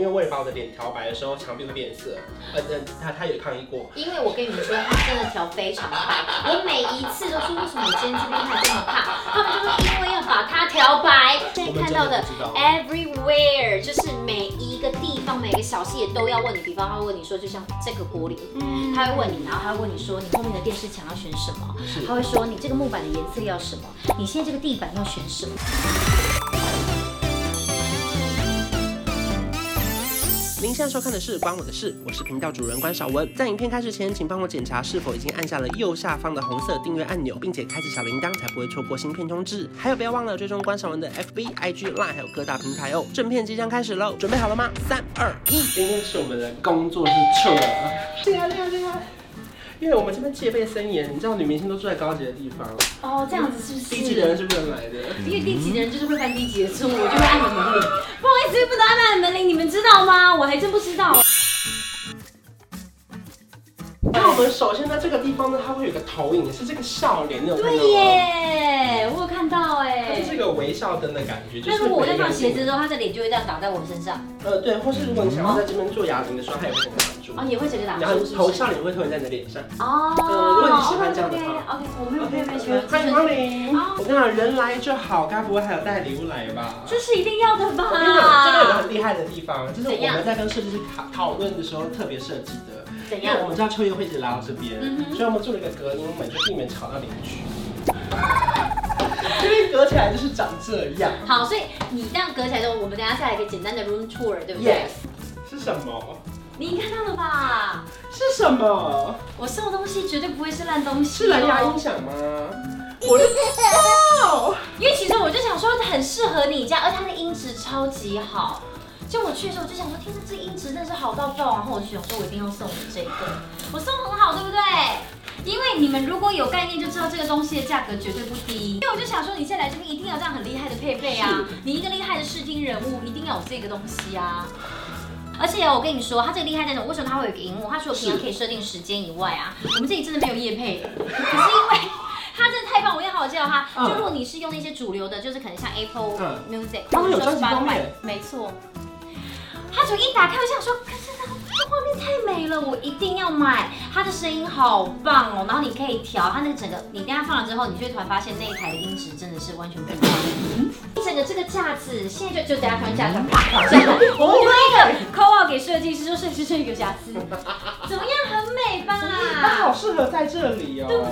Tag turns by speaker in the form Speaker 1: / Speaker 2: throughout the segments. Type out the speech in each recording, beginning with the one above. Speaker 1: 因为我也把我的脸调白的时候，墙壁会变色，呃，呃他他也抗议过，
Speaker 2: 因为我跟你们说，他真的调非常白，我每一次都说为什么我今天这边还这么胖，他们就说因为要把它调白。现在看到
Speaker 1: 我
Speaker 2: 的
Speaker 1: 们真不知道。
Speaker 2: everywhere，就是每一个地方、每个小细节都要问你。比方他会问你说，就像这个玻璃，
Speaker 1: 嗯，
Speaker 2: 他会问你，然后他会问你说，你后面的电视墙要选什么？
Speaker 1: 是
Speaker 2: 他会说你这个木板的颜色要什么？你现在这个地板要选什么？
Speaker 1: 您现在收看的是《关我的事》，我是频道主人关少文。在影片开始前，请帮我检查是否已经按下了右下方的红色订阅按钮，并且开启小铃铛，才不会错过新片通知。还有，不要忘了追踪关少文的 FB、IG、Line，还有各大平台哦。正片即将开始喽，准备好了吗？三、二、一。今天是我们的工作日彻了，对啊，对啊，对啊。因为我们这边戒备森严，你知道女明星都住在高级的地方，
Speaker 2: 哦，这样子是不
Speaker 1: 低级的人是不能来的。
Speaker 2: 因为低级的人就是会犯低级的错误，我就会按你 门铃。不好意思，不能按按门铃，你们知道吗？我还真不知道。
Speaker 1: 那我们首先在这个地方呢，它会有一个投影，是这个笑脸，你有看到吗
Speaker 2: 对耶，我有看到
Speaker 1: 它
Speaker 2: 哎
Speaker 1: 就。是一个微笑灯的感觉。就
Speaker 2: 那
Speaker 1: 是
Speaker 2: 如果我在放鞋
Speaker 1: 每
Speaker 2: 子
Speaker 1: 个人
Speaker 2: 的时候，他的脸就会这样打在我身上，
Speaker 1: 呃，对，或是如果你想要在这边做哑铃的时候，它也会很挡住
Speaker 2: 哦，。也会整个打
Speaker 1: 然后
Speaker 2: 住，是不
Speaker 1: 头
Speaker 2: 是？
Speaker 1: 笑脸会投影在你的脸上。
Speaker 2: 哦，
Speaker 1: 呃如果你喜欢这样的话
Speaker 2: OK，我嗯没有没有没有喜
Speaker 1: 呃
Speaker 2: 哦
Speaker 1: 欢迎
Speaker 2: 欢，
Speaker 1: 光临！
Speaker 2: 好
Speaker 1: 我跟你讲，人来就好，该不会还有带礼物来吧？
Speaker 2: 这是一定要的吧？
Speaker 1: 我跟你讲，这个有个很厉害的地方，就是我
Speaker 2: 怎
Speaker 1: 们
Speaker 2: 样
Speaker 1: 在跟设计师讨讨论的时候特别设计的，
Speaker 2: 怎
Speaker 1: 因为
Speaker 2: 样
Speaker 1: 我？们知道秋叶会一直拉到这边，
Speaker 2: 嗯哼
Speaker 1: 所以我们做了一个隔音门，就避免吵到邻居。 这边隔起来就是长这样。
Speaker 2: 好，所以你这样隔起来之后，我们等一下下来一个简单的 room tour，对不对
Speaker 1: Yes，是什么？
Speaker 2: 你应该看到了吧？
Speaker 1: 是什么？
Speaker 2: 我送的东西绝对不会是烂东西、哦
Speaker 1: 是蓝牙音响吗？
Speaker 2: 啊
Speaker 1: 我的哦，
Speaker 2: 因为其实我就想说很适合你家，而它的音质超级好。就我去的时候，我就想说，天哪，这音质真的是好到爆！然后我就想说，我一定要送你这个，我送很好，对不对？因为你们如果有概念，就知道这个东西的价格绝对不低。因为我就想说，你现在来这边一定要这样很厉害的配备啊，你一个厉害的视听人物，一定要有这个东西啊。而且哦我跟你说，它这个厉害在哪？为什么它会有一个荧幕？它除了平常可以设定时间以外啊，我们这里真的没有夜配，可是因为它真的太棒，我也好好介绍它。
Speaker 1: 嗯
Speaker 2: 就如果你是用那些主流的，就是可能像 Apple
Speaker 1: 嗯
Speaker 2: Music，
Speaker 1: 它会有
Speaker 2: 或者说
Speaker 1: 专辑封
Speaker 2: Spotify，
Speaker 1: 面
Speaker 2: 没错。它就一打开，我想说，可是它画面太美了，我一定要买。它的声音好棒哦，然后你可以调它那个整个，你等它放了之后，你就会突然发现那一台的音质真的是完全不一样。
Speaker 1: 嗯
Speaker 2: 整个这个架子现在就就等下突然架子啪，这样我们就那个 call out 给设计师，说设计师有瑕疵，怎么样，很美吧？
Speaker 1: 它好适合在这里哦，
Speaker 2: 对不？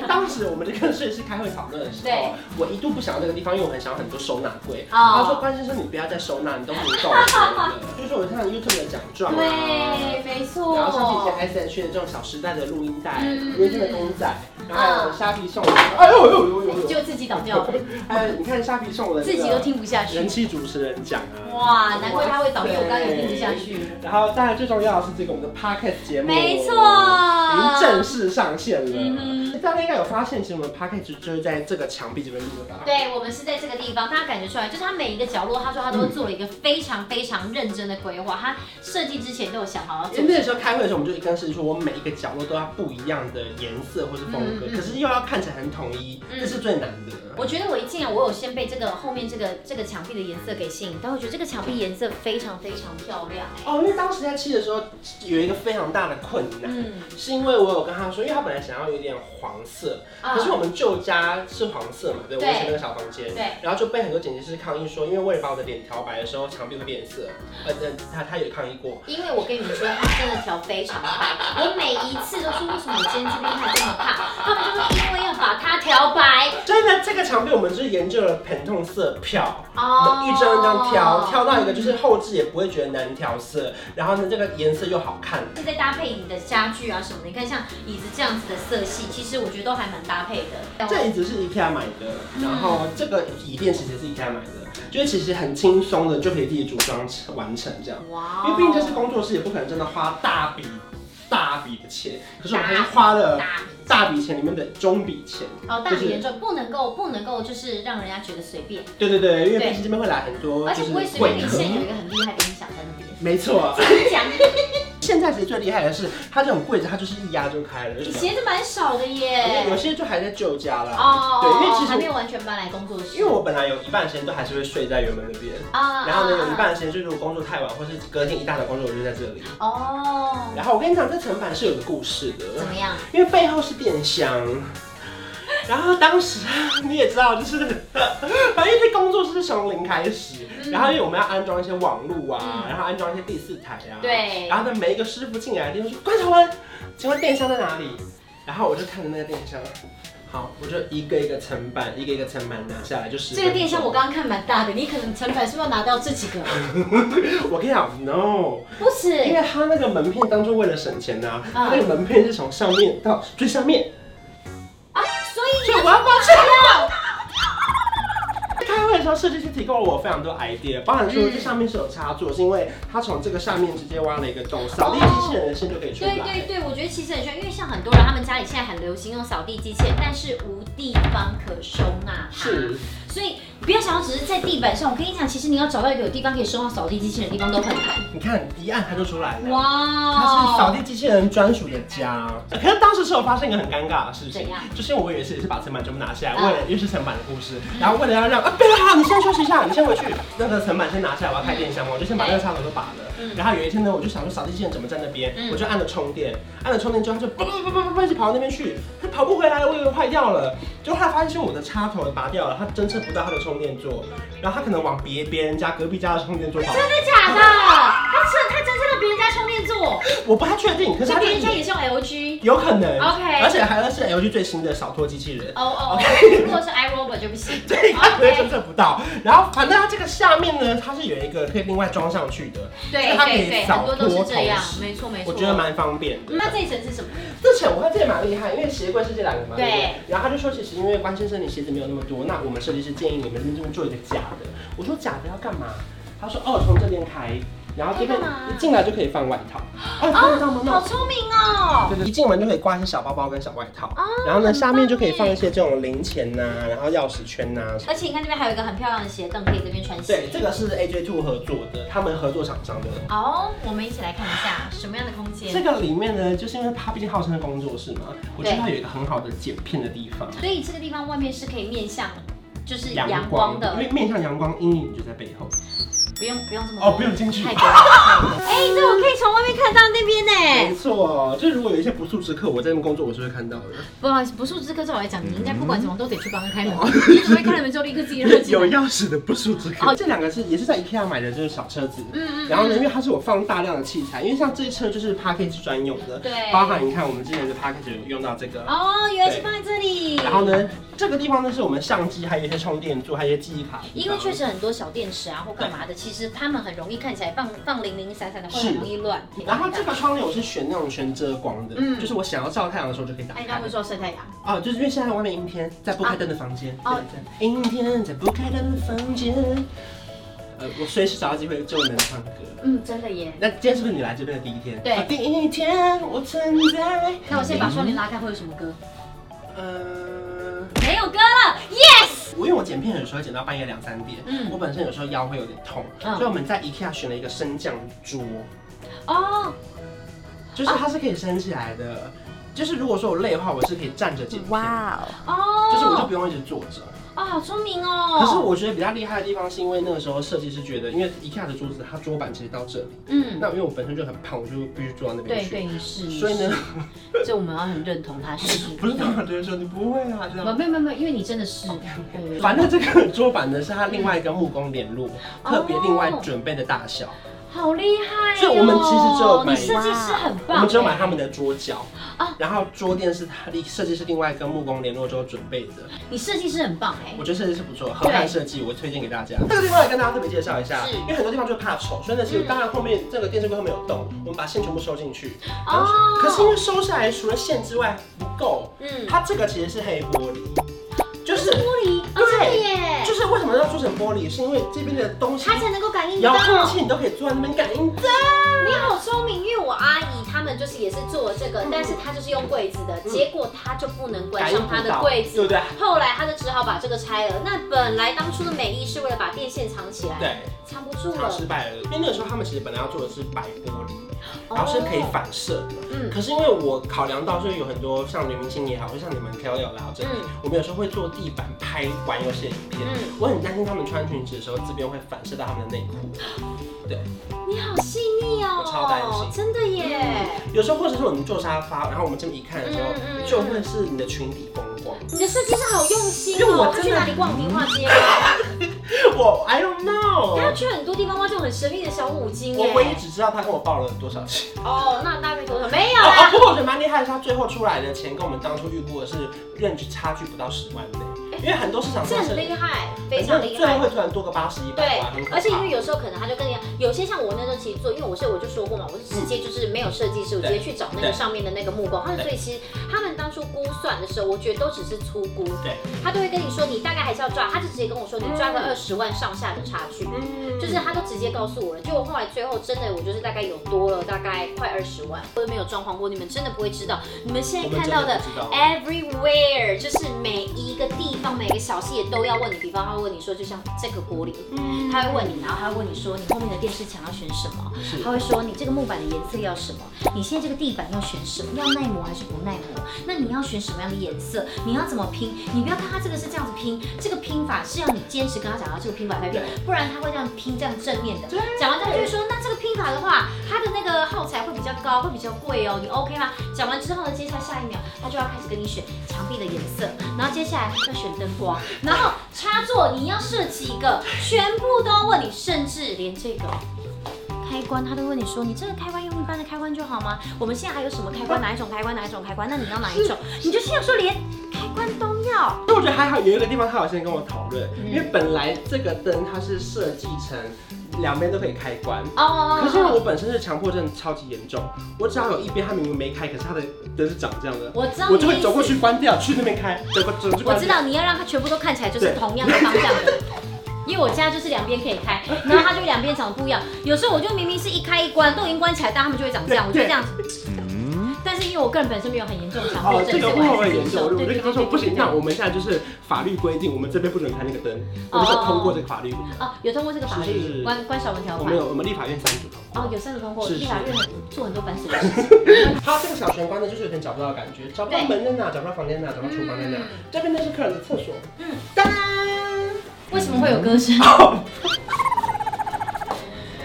Speaker 2: 对？
Speaker 1: 当时我们就跟设计师开会讨论的时候
Speaker 2: 对，
Speaker 1: 我一度不想要这个地方，因为我很想要很多收纳柜。他说：“
Speaker 2: 哦，
Speaker 1: 关先生，你不要再收纳，你都不够 了。”就是我看 YouTube 的奖状啊，
Speaker 2: 对，没错。
Speaker 1: 然后像是以前 S H 的这种小时代的录音带、
Speaker 2: 嗯
Speaker 1: 约定的公仔，然后还有虾皮送我的，哎呦呦呦呦呦，
Speaker 2: 就自己倒掉了，
Speaker 1: 还哎有你看虾皮送我的
Speaker 2: 自
Speaker 1: 这
Speaker 2: 己都
Speaker 1: 个
Speaker 2: 听不下
Speaker 1: 人
Speaker 2: 去。
Speaker 1: 气主持人奖啊，
Speaker 2: 哇，难怪他会倒闭，我刚刚也听不下去。
Speaker 1: 然后当然最重要的是这个我们的 Podcast 节目，
Speaker 2: 没错，
Speaker 1: 已经正式上线
Speaker 2: 嗯
Speaker 1: 了。大家应该有发现，其实我们 Podcast 就是在这个墙壁这边录的吧？
Speaker 2: 对，我们是在这个地方，大家感觉出来，就是他每一个角落，他说他都做了一个非常非常认真的规划，他设计之前都有想好要做
Speaker 1: 因为那时候开会的时候，我们就跟设计说，我每一个角落都要不一样的颜色或是风格
Speaker 2: 嗯，嗯
Speaker 1: 可是又要看起来很统一，
Speaker 2: 嗯
Speaker 1: 这是最难的。
Speaker 2: 我觉得我一进来，我有先被这个后面这个这个墙壁的颜色给吸引到，我觉得这个墙壁颜色非常非常漂亮。
Speaker 1: 哦，因为当时在漆的时候有一个非常大的困难，
Speaker 2: 嗯，
Speaker 1: 是因为我有跟他说，因为他本来想要有点黄色，
Speaker 2: 啊
Speaker 1: 可是我们旧家是黄色嘛，对，我以
Speaker 2: 对
Speaker 1: 前那个小房间。
Speaker 2: 对，
Speaker 1: 然后就被很多剪辑师抗议说，因为为了把我的脸调白的时候，墙壁会变色。呃，呃他他也抗议过，
Speaker 2: 因为我跟你们说，它真的调非常白，我每一次都说为什么我今天这边还这么胖，他们就说因为要把它调白
Speaker 1: 所以呢，这个墙壁我们就是研究了盆痛色票，我
Speaker 2: 哦
Speaker 1: 们一张一张挑，挑到一个就是后置也不会觉得难调色，然后呢，这个颜色又好看。
Speaker 2: 是在搭配你的家具啊什么的，你看像椅子这样子的色系，其实我觉得都还蛮搭配的。
Speaker 1: 这椅子是 IKEA 买的，然后这个椅垫其实是 IKEA 买的，就是其实很轻松的就可以自己组装完成这样。
Speaker 2: 哇
Speaker 1: 因为毕竟这是工作室，也不可能真的花大笔大笔的钱，可是我们还是花了
Speaker 2: 大
Speaker 1: 大笔钱里面的中笔钱。
Speaker 2: 哦，大理的重不能够不能够就是让人家觉得随便，
Speaker 1: 对对对，因为
Speaker 2: 对
Speaker 1: 毕竟这边会来很多
Speaker 2: 而
Speaker 1: 就
Speaker 2: 且
Speaker 1: 是
Speaker 2: 不会随
Speaker 1: 贵
Speaker 2: 便。你
Speaker 1: 客
Speaker 2: 现在，有一个很厉害的音响在那边。
Speaker 1: 没错。
Speaker 2: 真的假的？
Speaker 1: 现在其实最厉害的是，它这种柜子它就是一压就开了，就是
Speaker 3: 鞋子蛮少 的耶。
Speaker 1: 有些就还在旧家啦。
Speaker 3: 哦，
Speaker 1: 对，因为其
Speaker 3: 还没
Speaker 1: 实
Speaker 3: 有完全搬来工作室。
Speaker 1: 因为我本来有一半时间都还是会睡在原本那边，
Speaker 3: 啊
Speaker 1: 然后呢有一
Speaker 3: 啊
Speaker 1: 半时间就是如果工作太晚或是隔天一大早工作我就在这里。
Speaker 3: 啊哦，
Speaker 1: 然后我跟你讲，这层板是有个故事的。
Speaker 3: 怎么样？
Speaker 1: 因为背后是电箱。然后当时啊 你也知道，就是 反正这工作室是从零开始，
Speaker 2: 嗯
Speaker 1: 然后因为我们要安装一些网路啊，
Speaker 3: 嗯
Speaker 1: 然后安装一些第四台啊，
Speaker 3: 对
Speaker 1: 然后呢每一个师傅进来就说关小文，请问电箱在哪里？然后我就看着那个电箱，好，我就一个一个层板，一个一个层板拿下来，就是
Speaker 2: 这个电箱我刚刚看蛮大的，你可能成本是不是要拿到这几个？
Speaker 1: 我跟你讲，no，
Speaker 2: 不是
Speaker 1: 嗯因为他那个门片当初为了省钱呢、
Speaker 2: 嗯
Speaker 1: 他那个门片是从上面到最下面，
Speaker 3: 啊，所以
Speaker 1: 所以我要抱歉了。开会的时候，设计师提供了我非常多 idea，包含说这上面是有插座，是因为它从这个上面直接挖了一个洞，扫地机器人的线就可以出
Speaker 3: 嗯对对
Speaker 1: 来。
Speaker 3: 对，我觉得其实很炫，因为像很多人他们家里现在很流行用扫地机器人，但是无地方可收纳它，
Speaker 1: 是，
Speaker 3: 所以不要想要只是在地板上。我跟你讲，其实你要找到一个有地方可以收纳扫地机器人的地方都很难。
Speaker 1: 你看一按它就出来了。它是扫
Speaker 3: 哇，
Speaker 1: 地机器人专属的家，可是当时是有发生一个很尴尬的事情
Speaker 3: 怎样，
Speaker 1: 就是因为我有一次也是把层板全部拿下来，
Speaker 3: 嗯
Speaker 1: 为了又是层板的故事，然后为了要让啊，贝拉好，你先休息一下，你先回去，那个层板先拿下来，我要开电箱嘛，我就先把那个插头都拔了
Speaker 3: 嗯。
Speaker 1: 然后有一天呢，我就想说扫地机器人怎么在那边，
Speaker 3: 嗯
Speaker 1: 我就按了充电，按了充电之后，它就叭叭叭叭叭叭一直跑到那边去，它跑不回来，我以为坏掉了，就后来发现是我的插头拔掉了，它侦测不到它的充电座，然后它可能往别别人家隔壁家的充电座跑，
Speaker 3: 真的 假的？他测他侦测到别人家充电座，
Speaker 1: 我不太确定，可是
Speaker 3: 所以
Speaker 1: 它就
Speaker 3: 别
Speaker 1: 一
Speaker 3: 人
Speaker 1: 直
Speaker 3: 家也是用 LG。
Speaker 1: 有可能
Speaker 3: OK
Speaker 1: 而且还是 LG 最新的扫拖机器人，
Speaker 3: 哦哦，如果是 iRobot 就不行。哦
Speaker 1: 对，它可能
Speaker 3: OK
Speaker 1: 侦测不到。然后反正它这个下面呢，它是有一个可以另外装上去的，
Speaker 3: 对
Speaker 1: 它可
Speaker 3: 对
Speaker 1: 以
Speaker 3: 对，
Speaker 1: 扫
Speaker 3: 很
Speaker 1: 拖
Speaker 3: 多
Speaker 1: 同
Speaker 3: 都
Speaker 1: 时
Speaker 3: 是这样，没错没错。嗯
Speaker 1: 我觉得蛮方便的。
Speaker 3: 那这一层是什么？
Speaker 1: 这层我看这也蛮厉害，因为鞋柜是这两个嘛，
Speaker 3: 对
Speaker 1: 不然后他就说，其实因为关先生你鞋子没有那么多，那我们设计师建议你们这边做一个假的。我说假的要干嘛？他说哦，从这边开，然后这边
Speaker 3: 要干嘛
Speaker 1: 一进来就可以放外套。哦，看得到吗？那
Speaker 3: 好聪明哦！
Speaker 1: 对对，一进门就可以挂一些小包包跟小外套，
Speaker 3: 啊
Speaker 1: 然后呢，
Speaker 3: 很
Speaker 1: 下面
Speaker 3: 棒
Speaker 1: 就可以
Speaker 3: 耶
Speaker 1: 放一些这种零钱呐、然后钥匙圈呐、
Speaker 3: 而且你看这边还有一个很漂亮的鞋凳，可以这边穿鞋。
Speaker 1: 对，这个是 AJ Two 合作的，他们合作厂商的。
Speaker 3: 好，我们一起来看一下什么样的空间
Speaker 1: 这。个里面呢，就是因为它毕竟号称是工作室嘛，我觉得它有一个很好的剪片的地方，
Speaker 3: 所以这个地方外面是可以面向，就是阳光
Speaker 1: 因
Speaker 3: 的，
Speaker 1: 为面向阳光，阴影就在背后。
Speaker 3: 不用不用这么
Speaker 1: 哦，不用进去
Speaker 3: 太。多了。太多了哎，这我可以从外面看到那边
Speaker 1: 没
Speaker 3: 呢。
Speaker 1: 错，就是如果有一些不速之客，我在那边工作，我是会看到的。
Speaker 2: 不好意思，不速之客对我来讲，你应该不管怎么都得去帮他开 门，你只会开门就立刻自己让他进
Speaker 1: 有
Speaker 2: 来。
Speaker 1: 钥匙的不速之客。哦，这两个是也是在 IKEA 买的，就是小车子。
Speaker 3: 嗯
Speaker 1: 然后呢，因为它是我放大量的器材，因为像这一车就是 p a c k a g e 专用的，
Speaker 3: 对
Speaker 1: 包含你看我们之前的 p a c k a g e 有用到这个。
Speaker 3: 哦，原来是放在这里。
Speaker 1: 然后呢，这个地方呢是我们相机，还有一些充电座，还有一些记忆卡的地方。
Speaker 2: 因为确实很多小电池啊或干嘛的，其实他们很容易看起来放放零零散散的，会很容易乱。
Speaker 1: 然后这个窗帘我是选那种全遮光的，
Speaker 2: 嗯
Speaker 1: 就是我想要照太阳的时候就可以打
Speaker 2: 哎，他
Speaker 1: 开
Speaker 3: 啊
Speaker 2: 会。说晒太阳，
Speaker 1: 哦，就是因为现在外面阴天，在不开灯的房间。
Speaker 2: 啊
Speaker 1: 哦，对阴天在不开灯的房间。呃，我随时找到机会就能唱歌。
Speaker 2: 嗯，真的耶。
Speaker 1: 那今天是不是你来这边的第一天？
Speaker 2: 对
Speaker 1: 啊第一天我存在。
Speaker 2: 那我现在把窗帘拉开，会有什么歌？
Speaker 1: 呃，
Speaker 3: 没有歌了，yes。
Speaker 1: 我因为我剪片有时候会剪到半夜两三点，
Speaker 2: 嗯
Speaker 1: 我本身有时候腰会有点痛，
Speaker 2: 嗯
Speaker 1: 所以我们在 IKEA 选了一个升降桌，
Speaker 3: 哦，
Speaker 1: 就是它是可以升起来的，就是如果说我累的话，我是可以站着剪片，
Speaker 4: 哇哦！
Speaker 3: 哦，
Speaker 1: 就是我就不用一直坐着。
Speaker 3: 哦，好聪明
Speaker 1: 可是
Speaker 3: 哦。
Speaker 1: 我觉得比较厉害的地方是因为那个时候设计师觉得，因为 IKEA 的桌子它桌板其实到这里，
Speaker 2: 嗯，
Speaker 1: 那因为我本身就很胖，我就必须坐到那边
Speaker 2: 对
Speaker 1: 去。
Speaker 2: 对，你是。你是
Speaker 1: 所以呢，
Speaker 2: 这我们要很认同他是。
Speaker 1: 不是他们觉得说你不会啊这样。
Speaker 2: 没有没有没有，因为你真的是，对
Speaker 1: 反正这个桌板呢是它另外一个木工联络，
Speaker 3: 哦
Speaker 1: 特别另外准备的大小，
Speaker 3: 好厉害哦！
Speaker 1: 所以我们其实只有买
Speaker 3: 你设计师很
Speaker 1: 我
Speaker 3: 棒，
Speaker 1: 们只
Speaker 2: 欸
Speaker 1: 有买他们的桌角
Speaker 3: 啊，
Speaker 1: 然后桌垫是他的设计师另外跟木工联络之后准备的。
Speaker 2: 你设计师很棒哎
Speaker 1: 我。觉得设计师不错，好看设计我推荐给大家。这个地方来跟大家特别介绍一下，
Speaker 3: 是
Speaker 1: 因为很多地方就怕丑，所以呢，其实当然后面这个电视柜后面有洞，我们把线全部收进去。
Speaker 3: 哦
Speaker 1: 可是因为收下来除了线之外不够，
Speaker 3: 嗯，
Speaker 1: 它这个其实是黑玻璃，就是
Speaker 3: 玻璃，哦，
Speaker 1: 对
Speaker 3: 真的耶，
Speaker 1: 就是为什么要做成玻璃，是因为这边的东西
Speaker 3: 它才能够感应
Speaker 1: 遥
Speaker 3: 到。
Speaker 1: 控器你都可以坐在那边感应到。
Speaker 3: 你好聪明，因为我阿姨他们
Speaker 2: 们就是也是做这个，但是他就是用柜子的，
Speaker 1: 嗯
Speaker 2: 结果他就不能关上他的柜
Speaker 1: 对
Speaker 2: 子
Speaker 1: 不。对？
Speaker 2: 后来他就只好把这个拆了。那本来当初的美意是为了把电线藏起来，
Speaker 1: 对，
Speaker 2: 藏不住
Speaker 1: 他
Speaker 2: 了。哦
Speaker 1: 失败了，因为那个时候他们其实本来要做的是白玻璃，然后是可以反射的。
Speaker 2: 嗯
Speaker 1: 可是因为我考量到，就是有很多像女明星也好，或像你们 KOL 啦，这
Speaker 2: 嗯
Speaker 1: 我们有时候会做地板拍玩游戏的影片，
Speaker 2: 嗯，
Speaker 1: 我很担心他们穿裙子的时候，这边会反射到他们的内裤。
Speaker 2: 你好细腻哦，
Speaker 1: 我超担心嗯
Speaker 2: 真的耶。
Speaker 1: 有时候或者是我们坐沙发，然后我们这么一看的时候
Speaker 2: 嗯嗯，嗯
Speaker 1: 就会是你的裙底风 光。
Speaker 2: 你的设计师好用心
Speaker 1: 因为
Speaker 2: 哦
Speaker 1: 我！
Speaker 2: 他
Speaker 1: 真的嗯
Speaker 2: 去哪里逛平化街吗？
Speaker 1: 我 I don't
Speaker 2: 他
Speaker 1: know，
Speaker 2: 去很多地方挖这种很神秘的小五金
Speaker 1: 我唯一
Speaker 2: 耶。
Speaker 1: 只知道他跟我报了多少钱。
Speaker 2: 哦，那大概多少？没有
Speaker 1: 哦，
Speaker 2: 啦。
Speaker 1: 不 过我觉得蛮厉害的是，他最后出来的钱跟我们当初预估的是认知差距不到十万内，因为很多市场
Speaker 2: 这
Speaker 1: 上是
Speaker 2: 很厉害，非常厉
Speaker 1: 最后
Speaker 2: 害。
Speaker 1: 会突然多个八十一百
Speaker 2: 对
Speaker 1: 万，很，可
Speaker 2: 而且因为
Speaker 1: 怕。
Speaker 2: 有时候可能他就跟你有些像我那时候其实做，因为我是我就说过嘛，我是直接就是没有设计师，我直接去找那个上面的那个木工，他们
Speaker 1: 对
Speaker 2: 所以其实他们当初估算的时候，我觉得都只是粗估，
Speaker 1: 对，
Speaker 2: 他都会跟你说你大概还是要抓，他就直接跟我说你抓个
Speaker 1: 嗯
Speaker 2: 二十万上下的差距，
Speaker 1: 嗯
Speaker 2: 就是他都直接告诉我了，结果后来最后真的我就是大概有多了大概快二十万，我都没有装潢过，你们真的不会知道，你们现
Speaker 1: 我
Speaker 2: 在
Speaker 1: 们
Speaker 2: 看
Speaker 1: 真
Speaker 2: 到
Speaker 1: 的
Speaker 2: 的哎
Speaker 1: 不知道。
Speaker 2: everywhere 就是每一个地方每个小细节都要问你，比方他会问你说就像这个玻璃，
Speaker 1: 嗯
Speaker 2: 他会问你，然后他会问你说你后面的电视墙要选什么，
Speaker 1: 是
Speaker 2: 他会说你这个木板的颜色要什么，你现在这个地板要选什么，要耐磨还是不耐磨？那你要选什么样的颜色？你要怎么拼？你不要看它这个是这样子拼，这个拼法是要你坚持跟他讲到这个拼法才拼，不然他会这样拼这样正面的。讲完之后就会说，那这个拼法的话，它的那个耗材会比较高，会比较贵哦，你 OK 吗？讲完之后呢，接下来下一秒他就要开始跟你选墙壁的颜色，然后接下来要选灯光，然后插座你要设几个，全部都要问你，甚至连这个。开关，他都问你说，你这个开关用一般的开关就好吗？我们现在还有什么开
Speaker 1: 嗯
Speaker 2: 关？哪一种开关？哪一种开关？那你要哪一种？ 你就心想说，连开关都要。
Speaker 1: 但我觉得还好，有一个地方他好像跟我讨论，
Speaker 2: 嗯
Speaker 1: 因为本来这个灯它是设计成两边都可以开关，
Speaker 2: 哦
Speaker 1: 可是因为我本身是强迫症超级严重，我只要有一边它明明没开，可是它的灯是长这样的，
Speaker 2: 我知道你
Speaker 1: 我
Speaker 2: 的
Speaker 1: 就会
Speaker 2: 意
Speaker 1: 走过
Speaker 2: 思。
Speaker 1: 去关掉，去那边开，走过走过去
Speaker 2: 我
Speaker 1: 关
Speaker 2: 知
Speaker 1: 掉。
Speaker 2: 道你要让它全部都看起来就是同样的方向的，因为我家就是两边可以 开，然后它就两边长得不一样。有时候我就明明是一开一关都已经关起来，但它们就会长这样，我就这样。但是因为我个人本身没有很严重的强迫
Speaker 1: 哦，
Speaker 2: 症，
Speaker 1: 这个
Speaker 2: 所以
Speaker 1: 会
Speaker 2: 我
Speaker 1: 我
Speaker 2: 还是
Speaker 1: 也
Speaker 2: 接
Speaker 1: 严重，
Speaker 2: 受。
Speaker 1: 我就
Speaker 2: 对对
Speaker 1: 跟他
Speaker 2: 对
Speaker 1: 说
Speaker 2: 对
Speaker 1: 不行，
Speaker 2: 对。
Speaker 1: 那我们现在就是法律规定，我们这边不准开那个灯，我
Speaker 2: 哦
Speaker 1: 们是通过这个法律，
Speaker 2: 哦，有通过这个法
Speaker 1: 是是
Speaker 2: 律
Speaker 1: 是
Speaker 2: 关关少文条
Speaker 1: 我
Speaker 2: 款
Speaker 1: 们。有我们立法院三组通过
Speaker 2: 哦，。有三个通过，
Speaker 1: 是是
Speaker 2: 立法院做很多繁琐的事情。
Speaker 1: 它这个小玄关呢，就是有点找不到的感觉，找不到
Speaker 2: 对
Speaker 1: 门在哪，找不到房间在哪，找不到厨房在哪。这边呢是客人的厕所，
Speaker 2: 嗯
Speaker 1: 嗯，当当。
Speaker 2: 为什么会有歌声？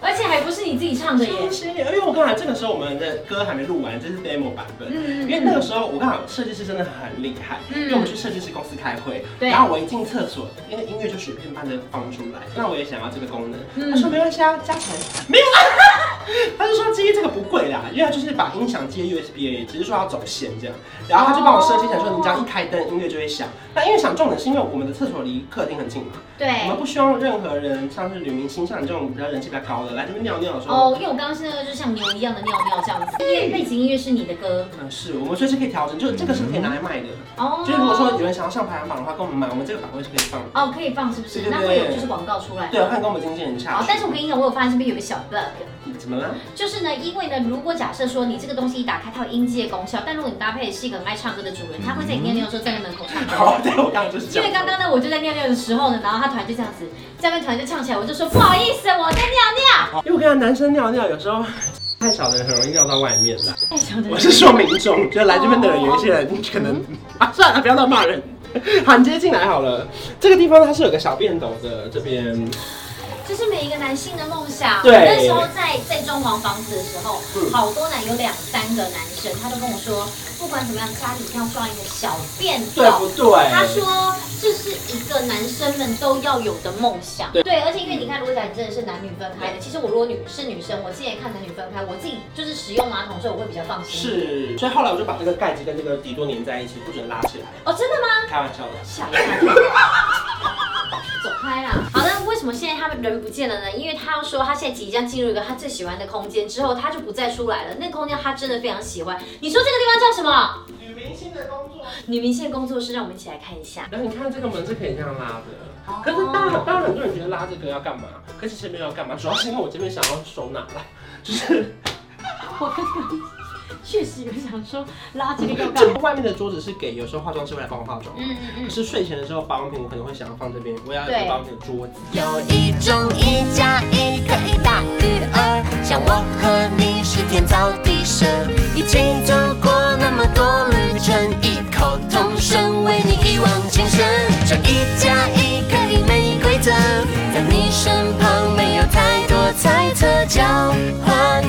Speaker 2: 而且还不是你自己唱的耶
Speaker 1: 谢。谢，因哎为我刚才这个时候我们的歌还没录完，这是 demo 版本。因
Speaker 2: 嗯
Speaker 1: 为那个时候我刚好设计师真的很厉害，
Speaker 2: 嗯
Speaker 1: 因为我们去设计师公司开会，
Speaker 2: 对
Speaker 1: 然后我一进厕所，那个音乐就随便般的放出来，那我也想要这个功能，
Speaker 2: 嗯
Speaker 1: 他说没关系啊，加 钱没有啊，他就说基于这个不贵啦，因为他就是把音响接 USB 而已，只是说要走线这样，然后他就帮我设计成说你只要一开灯，音乐就会响。那音乐响重点是因为我们的厕所离客厅很近嘛，我
Speaker 2: 对
Speaker 1: 们。不希望任何人，像是女明星，像你这种比较人气比较高的来这边尿尿的时候。
Speaker 2: 哦，因为我刚刚是那个就像牛一样的尿尿这样子，因为背景音乐是你的歌
Speaker 1: 嗯，是我们随时可以调整，就是这个是可以拿来卖的。
Speaker 2: 哦。
Speaker 1: 就是如果说有人想要上排行榜的话，跟我们买，我们这个版位是可以放的。
Speaker 2: 哦，可以放是不是？
Speaker 1: 对对对
Speaker 2: 那会有就是广告出来。
Speaker 1: 对，我看跟我们经纪人下
Speaker 2: 好，
Speaker 1: 去。
Speaker 2: 哦但是我跟你讲，我有发现这边有个小 bug，
Speaker 1: 怎么了？
Speaker 2: 就是呢，因为呢，如果假设说你这个东西一打开，它有音阶功效，但如果你搭配的是一个很爱唱歌的主人，他会在你尿尿的时候站在门口唱歌。
Speaker 1: 嗯好，哦对我刚刚就是这
Speaker 2: 因为
Speaker 1: 样。
Speaker 2: 刚刚呢，我就在尿尿的时候呢，然后他突然就这样子，在那突然就唱起来，我就说不好意思，我在尿
Speaker 1: 因为我跟你讲，男生尿尿有时候 太小的人很容易尿到外面的。
Speaker 2: 太小的
Speaker 1: 我
Speaker 2: 人。哦
Speaker 1: 是说民众，就来这边的人有一些人可能啊，算了，不要乱骂人。 好，你直接进来好了。这个地方它是有个小便斗的，这边
Speaker 2: 这是每一个男性的梦想。
Speaker 1: 对
Speaker 2: 我那时候在在装潢房子的时候，
Speaker 1: 嗯
Speaker 2: 好多男有两三个男生，他都跟我说，不管怎么样，家里一定要装一个小便
Speaker 1: 对
Speaker 2: 斗。
Speaker 1: 不对？
Speaker 2: 他说这是一个男生们都要有的梦想。
Speaker 1: 对嗯
Speaker 2: 对，而且因为你看，如果讲真的是男女分开的，其实我如果女是女生，我之前也看男女分开，我自己就是使用马桶的时候，我会比较放心。
Speaker 1: 是，所以后来我就把这个盖子跟这个底座粘在一起，不准拉起来。
Speaker 2: 哦，真的吗？
Speaker 1: 开玩笑的。
Speaker 2: 吓一下。走开啦！好的，为什么现在他们人不见了呢？因为他要说他现在即将进入一个他最喜欢的空间，之后他就不再出来了。那个空间他真的非常喜欢。你说这个地方叫什么？
Speaker 1: 女明星的工作。
Speaker 2: 女明星工作室，让我们一起来看一下。
Speaker 1: 然后你看这个门是可以这样拉的，
Speaker 2: 哦
Speaker 1: 可是当然当然很多人觉得拉这个要干嘛，可是其实没有要干嘛，主要是因为我这边想要收纳啦，就是
Speaker 2: 我刚刚确实有想说拉这个要干
Speaker 1: 这
Speaker 2: 嘛？
Speaker 1: 外面的桌子是给有时候化妆师会来帮我化妆，
Speaker 2: 嗯嗯
Speaker 1: 可
Speaker 2: 嗯，
Speaker 1: 是睡前的时候保养品我可能会想要放这边，我要有
Speaker 2: 对
Speaker 1: 个保养品的桌子。
Speaker 4: 有一种一加一可以大于二，像我和你是天造地设，一起走过那么多旅程，异口同声为你一往情深。这一加一可以没规则，在你身旁没有太多猜测，交换